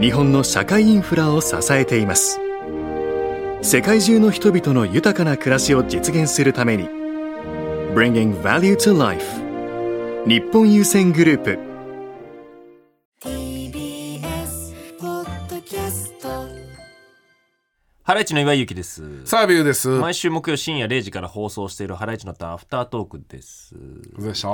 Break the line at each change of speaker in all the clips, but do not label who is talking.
日本の社会インフラを支えています世界中の人々の豊かな暮らしを実現するために Bringing Value to Life 日本郵船グループ
TBS ポッドキャスト
ハライチの岩井ゆきです。
サービューです。お疲れ
毎週木曜深夜0時から放送しているハライチのターンアフタートークです。
様でした。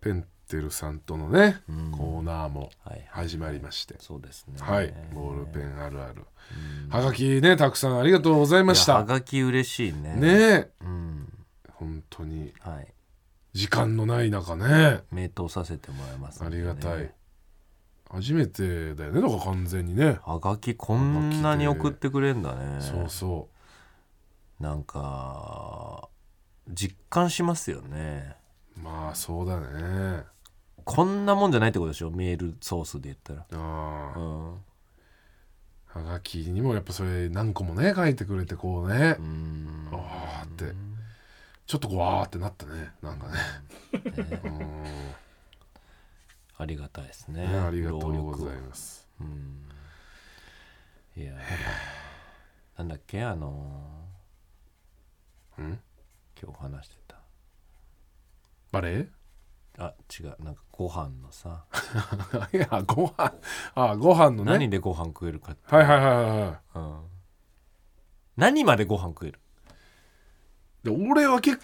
ペンテルさんとのね、コーナーも
はい
始まりまして。
そうですね。
はい、ボールペンあるある。はがきね、たくさんありがとうございま
いや
し
は
た。
がき嬉しいね。
ねえ、
うん。
本当に
はい。
時間のない中ね、
名刀させてもらいます、
ありがたい。。初めてだよね、だから完全にね。
はがきこんなに送ってくれんだね。
そうそ
なんか、実感しますよね。
う。まあそうだね。
こんなもんじゃないってことでしょメールソースで言ったら。
あ
う
あ、
ん。
はがきにもやっぱそれ何個もね書いてくれてこうね
う。ん。
あーってちょっとこうあーってなったねなんかね
ありがたいですね。
ねありがとうご
労力を
ざいます
いやーなんだっけあの
ん
ー今日話してた
バレ
あ違うなんかご飯のさ、
ー いやご飯あーご飯のね
何でご飯食えるかって、
はいはいはいは
うん、何までご飯食える
いで俺は結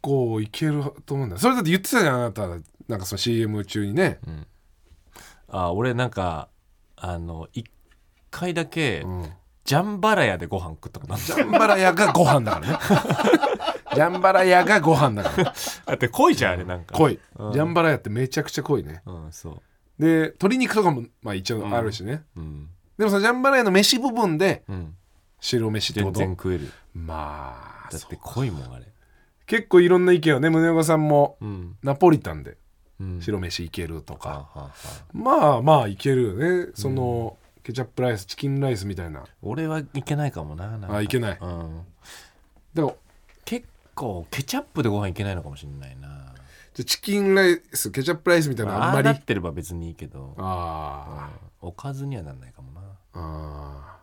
構いけると思うんだよそれだって言ってたじゃんあなたなんかその CM 中にね、
あ俺なんかあの一回だけ、
うん
ジャンバラヤでご飯食ったことある
ジャンバラ屋がご飯だからね ジャンバラ屋がご飯だから
だって濃いじゃんあれなんか
濃
い、
い、ジャンバラ屋ってめちゃくちゃ濃いね
うん、そ
で鶏肉とかもまあ一応あるしね、
ううん、
でもそのジャンバラ屋の飯部分で
うん、
白飯って
全
こと
然食える
まあ
だっ
そう
て濃いもんあれ
結構いろんな意見をね宗岡さんも
うん、
ナポリタンで
うん、
白飯いけると
はあ
か、
はあはあ
まあまあいけるよねその、ケチャップライスチキンライスみたいな
俺はいけないかもななんか
あいけない
うん、
でも
結構ケチャップでご飯いけないのかもしれないな
じゃあチキンライスケチャップライスみたいなあ
あ
んま
あ
り
な
あ
ってれば別にいいけど
あ
おかずにはなんないかもな
ーあ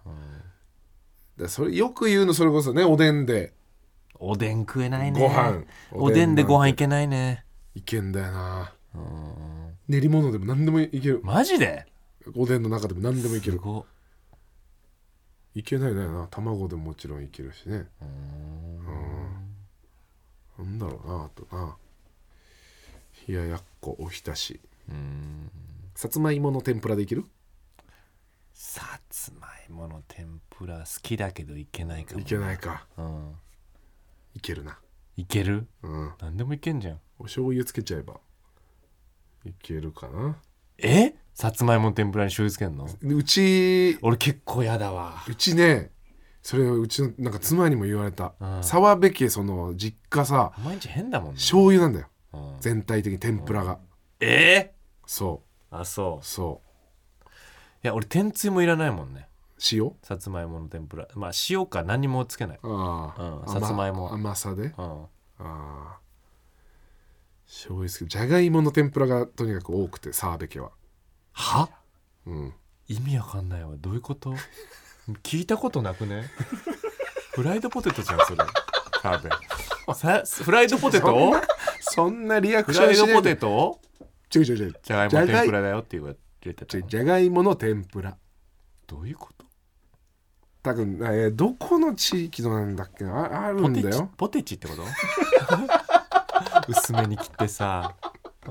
ー、でそれよく言うのそれこそねおでんで
おでん食えないね
ご飯
おでんでご
なん
飯
て
いけないね
いけんだよな練り物でも何でもいける
マジで
おでんの中でも何でもいけ
す
る
ご
いけないだよな卵でももちろんいけるしねうんなんだろうなあとな冷ややっこおひたしさつまいもの天ぷらでいける
さつまいもの天ぷら好きだけどいけないかも
いけないか
うん、
いけるない
ける
うん
何でもいけんじゃん
お醤油つけちゃえばいけるかな
えさつまいもの天ぷらに醤油つけんの
でうち
俺結構やだわ
うちねそれうちのなんか妻にも言われた
ん
澤部家その実家さ
毎日変だもんね、
醤油なんだよ
うん
全体的に天ぷらが
え
そ
ーあそう
うそう
いや俺天つゆもいらないもんね
塩
さつまいもの天ぷらまあ塩か何もつけない
ああ、
うん
甘
さつまいも
甘さで
うん
ああ醤油好きじゃがいもの天ぷらがとにかく多くて澤部家は
は
うん
意味わかんないわどういうこと聞いたことなくねフライドポテトじゃんそれ
澤部
さフライドポテト
そんなリアク
フ
ショ
ラ
ン
イ
し
ド
ない
ポ
で
テト
ちょいちょいちょい
じゃがいもの天ぷらだよって言われてた
じゃがいちょいじゃがいもの天ぷら
どういうこと
たくん、えーどこの地域のなんだっけなあある
ポ
ん
テ
だ
チ
よ
ポテチってこと薄めに切ってさう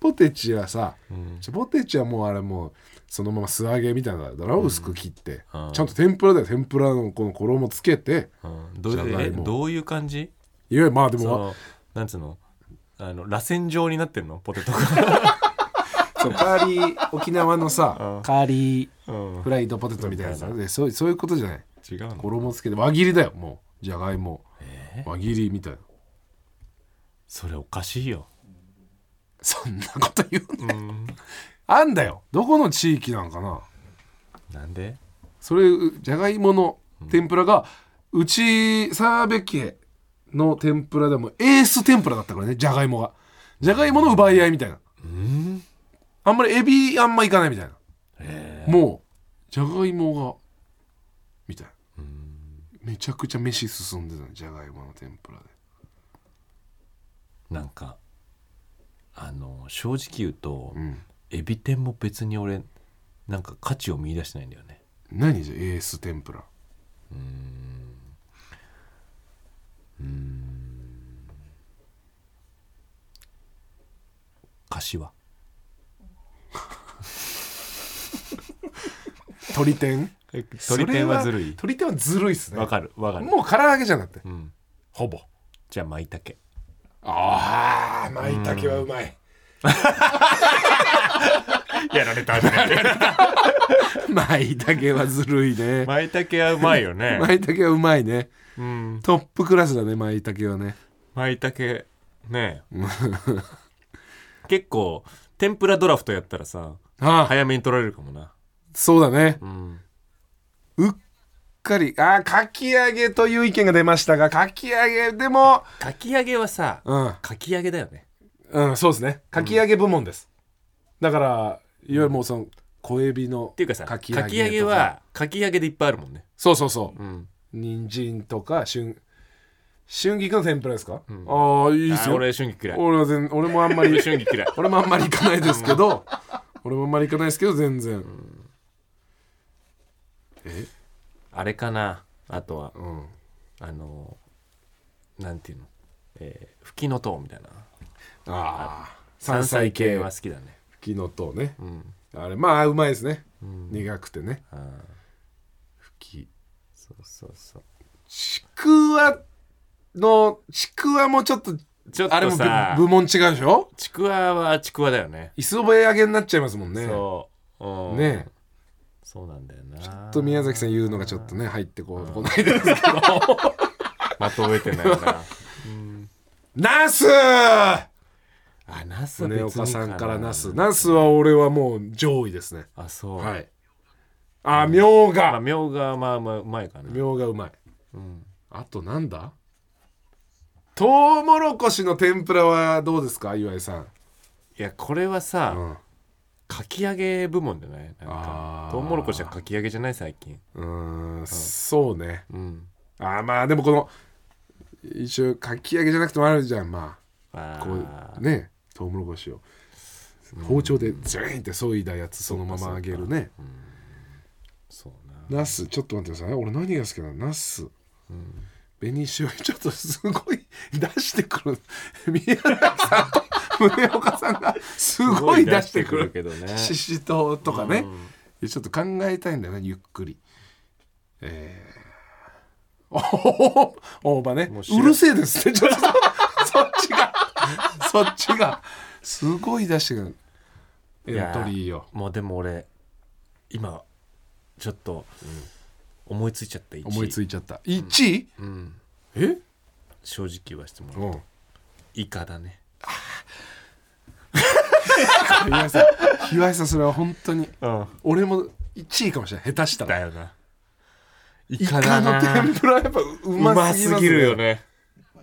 ポテチはさ
ん
ちょポテチはもうあれもうそのまま素揚げみたいなのだろ、薄く切って、
うん
ちゃんと天ぷらだよ天ぷらのこの衣つけて
うんどう
じゃ
い
が
うえ
いも
どういう感じ
いやまあで
そ
も
のなんつうのあの螺旋状になってんのポテトが
そうカーリー沖縄の
う
さ
ん
カーリー
うん
フライドポテトみたいなやつだねそうそういうことじゃない
違うの
衣つけて輪切りだよもうじゃがいも輪切りみたいな
それおかしいよ
そんなこと言う
う
ね
ん
あんだよどこの地域なんかな
なんで
それじゃがいもの天ぷらが、うち澤部家の天ぷらでもエース天ぷらだったからねじゃがいもがじゃがいもの奪い合いみたいな
うん
あんまりエビあんまいかないみたいな、もうじゃがいもがみたいなめちゃくちゃ飯進んでたのじゃがいもの天ぷらで
なんかあの正直言うと、
うん
エビ天も別に俺なんか価値を見出してないんだよね
何じゃエース天ぷら
柏
鳥天
鳥天はずる
それ
い
鳥天はずるいっすね
わかるわかる
もう唐揚げじゃなくて、
ん
ほぼ
じゃあ舞茸
ああ舞茸はうまい、
やられたね
舞茸はずるいね
舞茸はうまいよね
舞茸はうまいね
うん
トップクラスだね舞茸はね
舞茸ねえ結構天ぷらドラフトやったらさ
ああ、
早めに取られるかもな
そうだね
うん
うっかりああかき揚げという意見が出ましたがかき揚げでも
かき揚げはさ
うん、
かき揚げだよね
うん、そうですねかき揚げ部門です、だからいわゆるもうその小エビの
っていうかさ
か
か
き
き
揚げとか
揚げはかき揚げでいっぱいあるもんね
そうそうそう
うん
人参とか春春菊の天ぷらですか、ああいいっす
あ
よ
俺春菊嫌い
俺は全俺もあんまり
俺 春菊嫌い
俺もあんまり行かないです けど俺もあんまり行かないですけど全然
あれかなあとは
うん、
あのなんていうのえー、フキノトウみたいな
ああ
山菜系は好きだね
きのとうね
うん
あれまあうまいですね、苦くてね
あー
ふき
そうそうそう
ちくわのちくわもちょっと
ちょっ
あれ
と
もぶ
さ
部門違うでしょ
ちくわはちくわだよね
磯辺揚げになっちゃいますもんね
そう、うん
ねえ
そうなんだよなちょ
と宮崎さん言うのがちょっとね入ってこうこないですけど
まとえてないな
ナス
あナスは別
宗
に
岡さんからナス
な
ナスは俺はもう上位ですね
あそう、
はいあみょう
まあ
が
みょうがまあまあうまいかな
みょうがうまい
うん
あとなんだとうもろこしの天ぷらはどうですか岩井さん、
いやこれは
う
さ、
ん
かき揚げ部門じゃないなん
あ
か
ー
トウモロコシはかき揚げじゃない最近
うーんそうね
うん
あーまあでもこの一応かき揚げじゃなくてもあるじゃんま
あ
あ
ー
こうねとうもろこしを包丁でズリンって削いだやつそのまま揚げるね
そうな
ナスちょっと待ってください俺何が好きなのナス紅塩ちょっとすごい 出してくる宮崎さんと宗岡さんが すごい出してくる
すごい出してくるけどね
ししとうとかねちょっと考えたいんだよねゆっくりえー、 おほほ大葉ね
もう知ら
うんるせえですねちょっとそっちがそっちがすごい出してくる
い
エ
や
ン
ー
トリーを
もうでも俺今ちょっと思いついちゃった1位
思いついちゃった1位、
うん
え
正直言わせてもらう
うん
イカだね
岩井さん岩井さんそれは本当に
うん
俺も1位かもしれない下手した
だ
ら
よなイ
イカの天ぷらやっぱう
うま
ますすぎます
ぎるよ
ね
ね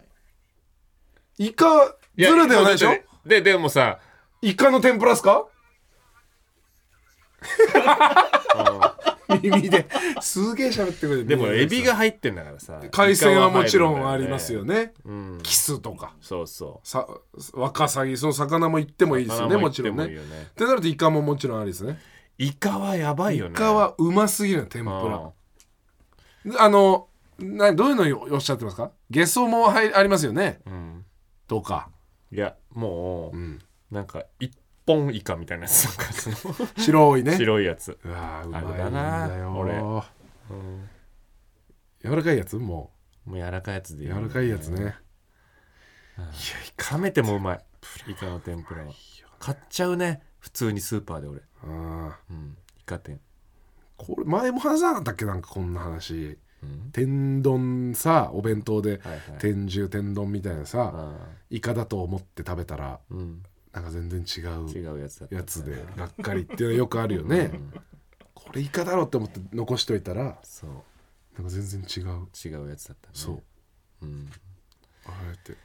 イカズルではないでしょ
ででもさ
イカの天ぷらですか 耳ですげえ喋ってくれる
でもエビが
耳
入ってんだからさ
海鮮はもちろ
イカ
ん
は
あ
入る
り
だ
ますよね
うん
キスとか
そうそ
さワカサギその魚も行っても
う
いいですよねもちろんね
いいよね
ってなるとイカももちろんありですね
イカはやばいよ
イ
ね
カはうますぎるの天ぷ
うん
らあのなどういうのよおっしゃってますかゲソも入ありますよね
うん
とか、
いやもう
うん、
なんか一本イカみたいなやつなんかその
白いね
白いやつ
うわーうまいん
あれだな
だよ
俺
柔らかいやつも
もう柔らかいやつ
う
でいいよ
柔らかいやつね
いや冷めてもうまいイカの天ぷらは買っちゃうね普通にスーパーで俺、
あー
うん、イカ天、
これ前も話さなかったっけなんかこんな話
うん
天丼さお弁当で
はいはい
天重天丼みたいなさ、
あ
イカだと思って食べたら
ーうん、
なんか全然違
違
う
うやつだった
やつでがっかりっていうのはよくあるよね、これイカだろって思って残しといたら
そう
なんか全然違う
違うやつだったね
そう、
うん、
あれって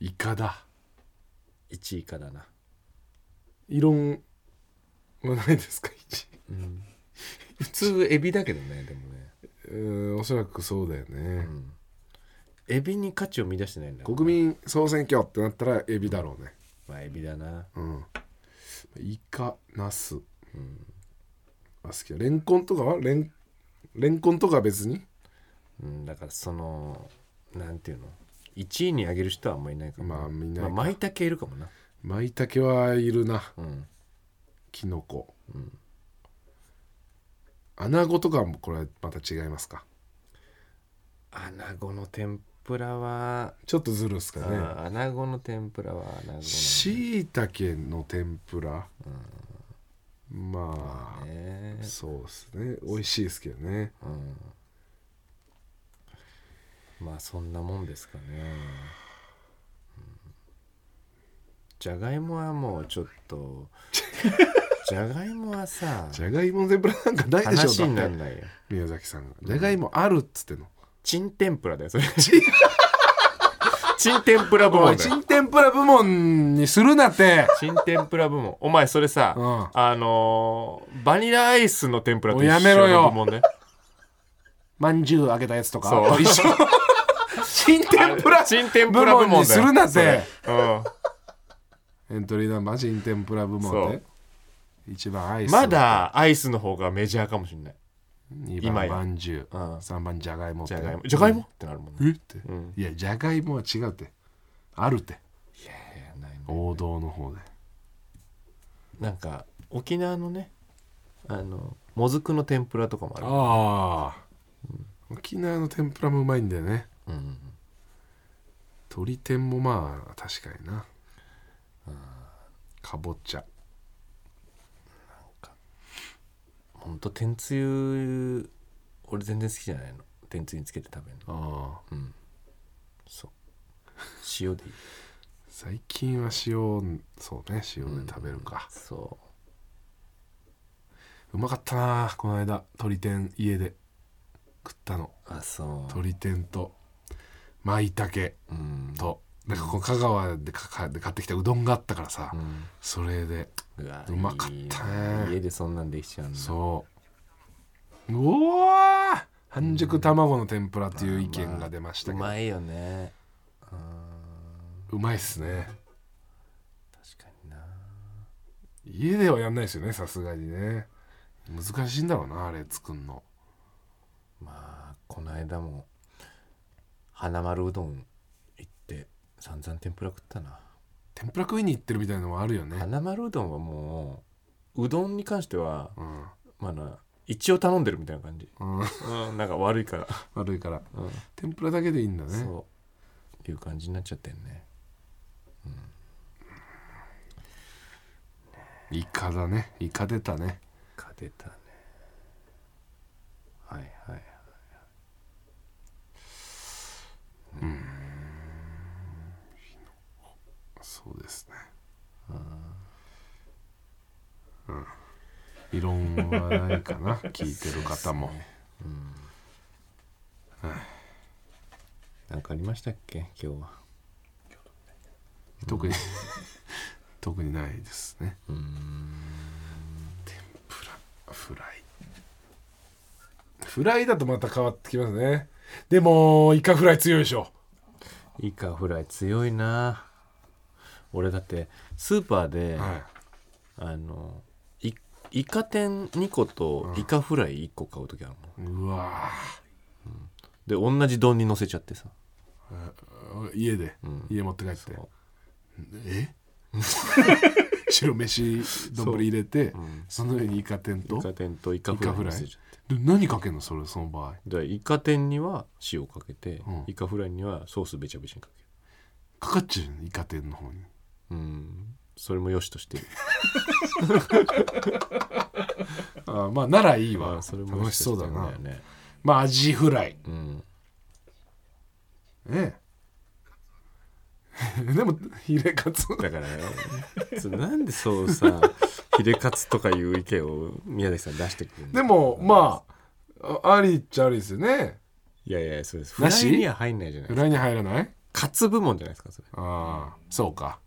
イカだ
1位かだな、
異論はないです か一
うん、普通エビだけどねでもね、
うーんおそらくそうだよ
う
ね、
ん、エビに価値を見出してないんだからな
国民総選挙ってなったらエビだろうね
まあエビだな
うんイカナス
うん、
あ好きだレンコンとかはレンレンコンとかは別に
うん、だからそのなんていうの1位に上げる人はあんまりいないかも
まあみんな
まあ、舞茸いるかもな
マイタケはいるな
うん
キノコ
うん
アナゴとかもこれはまた違いますか
アナゴの天ぷらは、
ちょっとずるっす
あ
かね
ーアナゴの天ぷらはアナゴ
しいたけの天ぷら、まあ、
のね
そうですね美味しいですけどね
まあそんなもんですかね、うんじゃがいもはもうちょっ とじゃがいもはさ
じゃがいもの天ぷらなんかないで
話
しょ
にな
だっ
ら
て
ないよ
宮崎さんがじゃがいもあるっつってんの
チン天ぷらだよそれチン天ぷら部
お
門
い
だ
チ
よ
ン天ぷら部門にするなって
チン天ぷら部門お前それさ、
うん
あのーバニラアイスの天ぷらと一
もうやめろ
緒
よ
の部門ね
まんじゅうあげたやつとか
そう
一緒チン天ぷ ら
チン天ぷら部門だよ
部門にするなって
それうん
エントリーナンバーチン天ぷら部門
そ
で一番アイス
まだアイスの方がメジャーかもしれない。
2
今
番
や
まんじゅ
う
う
ん
3番じゃがいもって
じゃがいも。じゃがいもってなるもんね。
えって、
ん
いやじゃがいもは違うってあるって
いやないね
王道の方で
なんか沖縄のね、あの、もずくの天ぷらとかもある。
ああ、沖縄の天ぷらもうまいんだよね
うん、
鶏天もまあ確かにな、かぼちゃ
ほんと天つゆ、俺全然好きじゃないの。天つゆにつけて食べるの。
ああ
そう。塩でいい。
最近は塩そうね塩で食べるか、
そう
まかったなこの間鶏天家で食ったの
う。あ、そう。
鶏天と舞茸
うん。
と、なんかこう香川でかかで買ってきたうどんがあったからさ、
うん
それで
うわ
うまかったね
いいな家でそんなんできちゃうんだ。
そううおー半熟卵の天ぷらという意見が出ました
う
けど、
まいよね。うん。
うまいっすね
確かにな。
家ではやんないですよねさすがにね難しいんだろうなあれ作んの
まあこの間も花丸うどん行って散々天ぷら食ったな、
天ぷら食いに行ってるみたいなのもあるよね
花丸うどんはもううどんに関しては
うん、
まあな一応頼んでるみたいな感じ、
うん、
うん、なんか悪い から、
悪いから
うん
天ぷらだけでいいんだね
そういう感じになっちゃってんね
イカだねイカ出たね
勝てたねはいはいはい
そうですねうん異論はないかな聞いてる方も
なんかありましたっけ今日は
特に特にないですね天ぷらフライフライだとまた変わってきますねでもイカフライ強いでしょ
イカフライ強いな俺だってスーパーで、
は
あのいイカ天2個とイカフライ1個買う時あるもん
いうわ
で同じ丼に乗せちゃってさ
ー家で、家持って帰って
そう
え 白飯丼入れてそ,、の上にイカ天と
イカ天とイカフ
イカ
ライ
フラ
乗
イ
せちゃって
で何かけんのそれその場合
だからイカ天には塩かけて、
うん
イカフライにはソースべちゃべちゃにかけ
かかっちゃうよねイカ天の方に
るうんそれも良しとしてる
あまあならいい
ま
わ
あそれも
楽
良
し
し
そ
とし
う
て
だ
るんだ
な
よね
まあアジフライ
うん
ね でもヒレカツ
だから ねそれなんでそうさヒレカツとかいう意見を宮崎さん出してくるの
でもまああありっちゃありですよね
いやいやそうですフ
な
ラ
し
イには入んないじゃないで
フ
すか
ライに入らない
カツ部門じゃないですかそれ
ああそうか、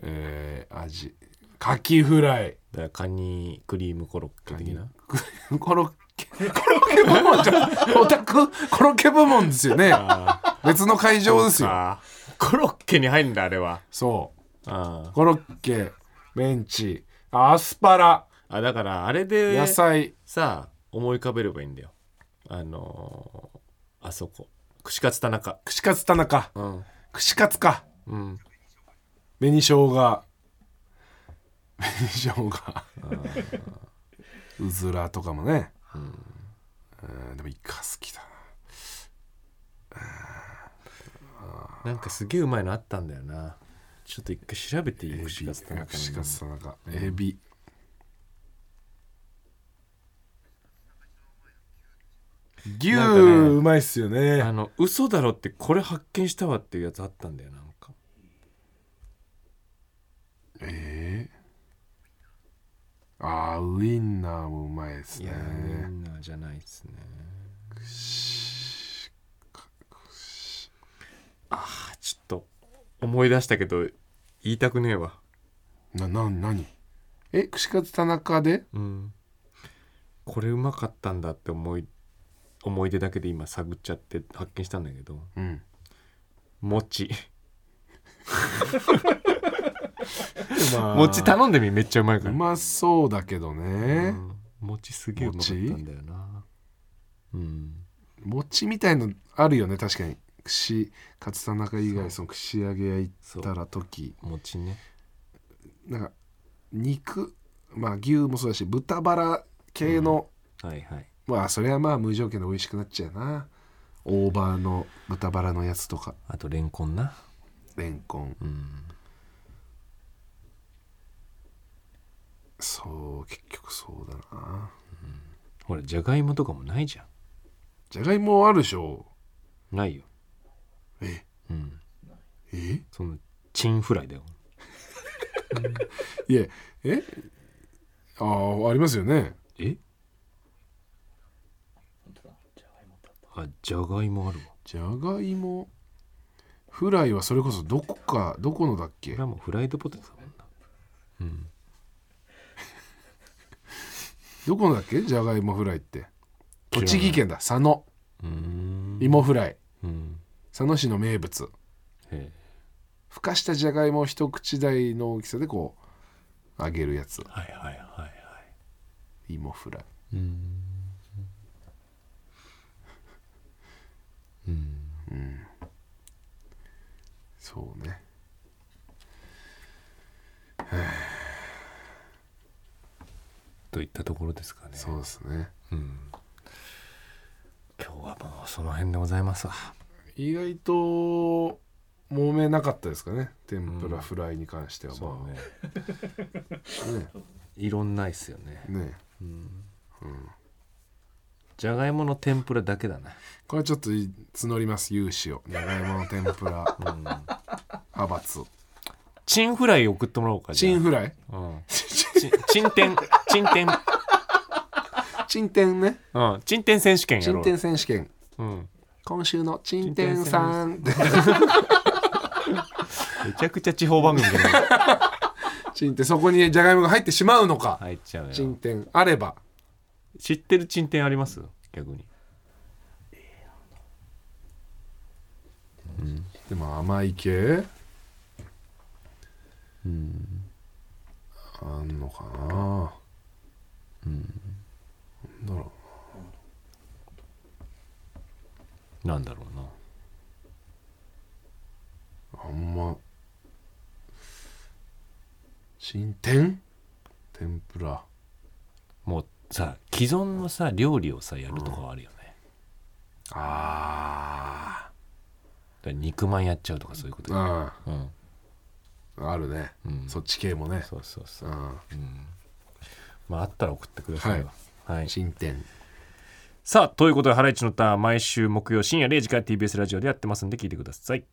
えー、味カキフライ
だからカニクリームコロッケ的な
コロッケコロッケ部門じゃん オタクコロッケ部門ですよね別の会場ですよ
あーコロッケに入るんだあれは
そう
あ
コロッケメンチあアスパラ
ーあだからあれで
野菜
さあ思い浮かべればいいんだよあのーあそこ串カツ田中
串カツ田中
うん
串カツか
うん
紅生姜紅生姜うずらとかもね、うん、でもイカ好きだな
なんかすげえうまいのあったんだよなちょっと一回調べていい串カツ田中の
串カツ田中エビ牛、
なんかね
うまいっすよ
あ
ね
の嘘だろってこれ発見したわっていうやつあったんだよなんか
えー、あーウインナーもうまいです
いや
ね
ーウインナーじゃないですねあーちょっと思い出したけど言いたくねえわ
なな何え串カツ田中で
うんこれうまかったんだって思い思い出だけで今探っちゃって発見したんだけど
うん
餅
ち
餅頼んでみめっちゃうまいうから、
まそうだけど
う
ね、
ん餅すげえうまかったんだよなうん
餅みたいのあるよね確かに串カツ田中以外その串揚げ屋行ったら時
餅ね
なんか肉まあ牛もそうだし豚バラ系の、
はいはい
まあそれはまあ無条件で美味しくなっちゃうな大葉の豚バラのやつとか
あとレンコンな
レンコン
うん
そう結局そうだな
ほらじゃがいもとかもないじゃ
じゃがいもあるでしょ
んないよ
え
うん
え
そのチンフライだよ
いええああありますよね
えあじゃがいもあるわ
じゃがいもフライはそれこそどこかどこのだっ
こ
け
れはもうフライドポテトだもんなうん
どこのだっけじゃがいもフライって栃木県だ佐野
うーん
芋フライ
うん
佐野市の名物
へえ
ふかしたじゃがいもを一口大の大きさでこう揚げるやつ
はいはいはいは
芋フライ
いうんうん
そうね
といったところですかね
そうですね
うん今日はもうその辺でございますわ
意外と揉めなかったですかね天ぷ
うん
らフライに関してはま
ね
あね
いろんないっすよね
ね
じゃがいもの天ぷらだけだな
これちょっとい募ります有志をじゃがいもの天ぷ ら派閥
チンフライ送ってもらおうかじゃ
チ
あ
ンフライ
うんチンチンテンチンテン
チンテンね
うんチンテン選手権や
チ
ろ
ン
う
テン選手権
うん
今週のチンテンさん
めちゃくちゃ地方番組で
チンテンそこにじゃがいもが入ってしまうのか、
入っちゃう
チン
よ
テンあれば
知ってるチンテンあります逆に
でも甘い系
うん
あんのかなうんな
な
んだろ
んだろうな
うあんま新天天ぷら
もうさ既存のさ料理をさやるとかはあるよね
あ
だから肉まんやっちゃうとかそういうこと
あ
うん
あるね、
うん
そっち系もね
そうそうそうう、
ん
まああったら送ってくださいよはい
進展
さあということで「ハライチのターン」毎週木曜深夜0時から TBS ラジオでやってますんで聞いてください